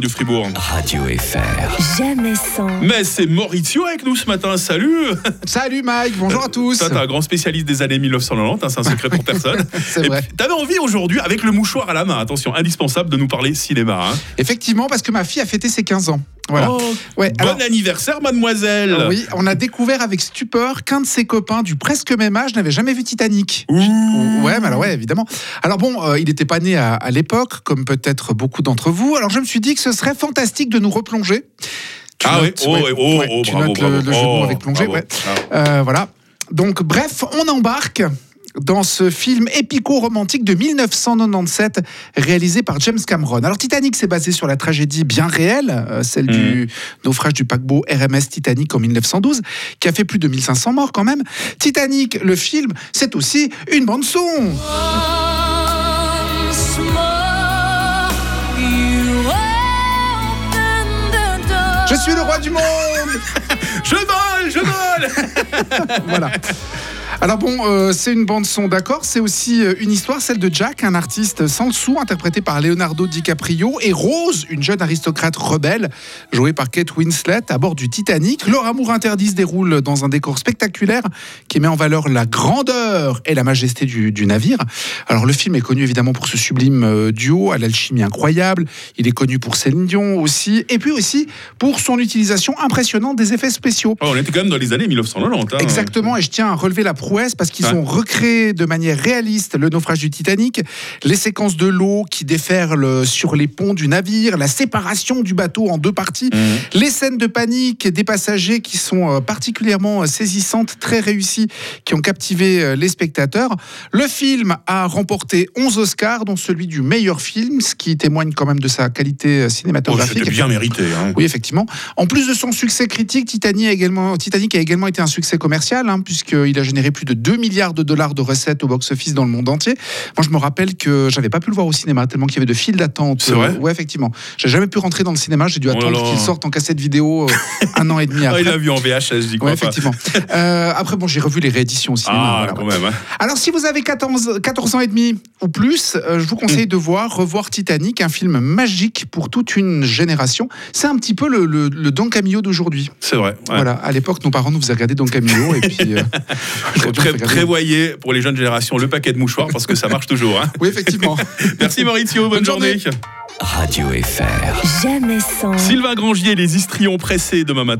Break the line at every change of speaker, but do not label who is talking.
de Fribourg.
Radio FR.
Jamais sans.
Mais c'est Maurizio avec nous ce matin, salut
Salut Mike, bonjour à tous.
Toi, t'es un grand spécialiste des années 1990, hein, c'est un secret pour personne.
C'est
Et
vrai.
puis, T'avais envie aujourd'hui, avec le mouchoir à la main, attention, indispensable de nous parler cinéma. hein.
Effectivement, parce que ma fille a fêté ses 15 ans. Voilà.
Oh,
ouais,
bon
alors- Ah
anniversaire, mademoiselle
oui, on a découvert avec stupeur qu'un de ses copains du presque même âge n'avait jamais vu Titanic.
Ouh.
Ouais, mais alors ouais, évidemment. Alors bon, euh, il n'était pas né à, à l'époque, comme peut-être beaucoup d'entre vous. Alors je me suis dit que ce serait fantastique de nous replonger. Tu
Ah oui,
notes,
oh,
ouais,
ouais, oh,
ouais,
oh,
tu
bravo,
notes
bravo.
le, le jeu de mots
Oh,
avec plongée,
bravo.
ouais.
Ah.
Euh, voilà. Donc, bref, on embarque dans ce film épico-romantique de 1997 réalisé par James Cameron. Alors Titanic c'est basé sur la tragédie bien réelle, euh, celle du naufrage du paquebot RMS Titanic en 1912, qui a fait plus de 1500 morts quand même. Titanic, le film, c'est aussi une bande son.
Once more, you open the door.
Je suis le roi du monde
Je vole, je vole
voilà. Alors bon, euh, c'est une bande son, d'accord. C'est aussi euh, une histoire, celle de Jack, un artiste sans sou, interprété par Leonardo DiCaprio, et Rose, une jeune aristocrate rebelle, jouée par Kate Winslet, à bord du Titanic. Leur amour interdit se déroule dans un décor spectaculaire qui met en valeur la grandeur et la majesté du, du navire. Alors le film est connu évidemment pour ce sublime euh, duo à l'alchimie incroyable. Il est connu pour Céline Dion aussi, et puis aussi pour son utilisation impressionnante des effets spéciaux.
Oh, On était quand même dans les années 1990. hein.
Exactement, et je tiens à relever la prouesse parce qu'ils
Ouais.
ont recréé de manière réaliste le naufrage du Titanic, les séquences de l'eau qui déferle sur les ponts du navire, la séparation du bateau en deux parties,
Mhm.
les scènes de panique des passagers qui sont euh, particulièrement euh, saisissantes, très réussies, qui ont captivé euh, les spectateurs. Le film a remporté 11 Oscars, dont celui du meilleur film, ce qui témoigne quand même de sa qualité euh,
Oh,
cinématographique.
C'était bien mérité. hein.
Oui, effectivement. En plus de son succès critique, Titanic a également, Titanic a également été un succès commercial, hein, puisqu'il a généré plus de 2 milliards de dollars de recettes au box-office dans le monde entier. Moi, je me rappelle que j'avais pas pu le voir au cinéma, tellement qu'il y avait de files d'attente.
C'est vrai
Euh, ouais, effectivement. J'ai jamais pu rentrer dans le cinéma, j'ai dû
Oh là
attendre
là.
qu'il sorte en cassette vidéo euh, un an et demi
Ah,
après.
il l'a vu en VHS, j'y
Ouais,
crois pas.
effectivement. Euh, après, bon, j'ai revu les rééditions au cinéma.
Ah,
voilà,
quand
ouais.
même. hein.
Alors, si vous avez 14, 14 ans et demi ou plus, euh, je vous conseille de voir, revoir Titanic, un film magique pour toute une génération. C'est un petit peu le, le, le Don Camillo d'aujourd'hui.
C'est vrai. ouais.
Voilà, à l'époque, nos parents nous faisaient regarder Don Camillo et puis. euh, aujourd'hui, on
Pré-
fait regarder-
prévoyez pour les jeunes générations le paquet de mouchoirs parce que ça marche toujours. hein.
Oui, effectivement.
Merci Maurizio, bonne,
Bonne
journée.
journée.
Radio FR.
Jamais sans.
Sylvain Grangier, les histrions pressés demain matin.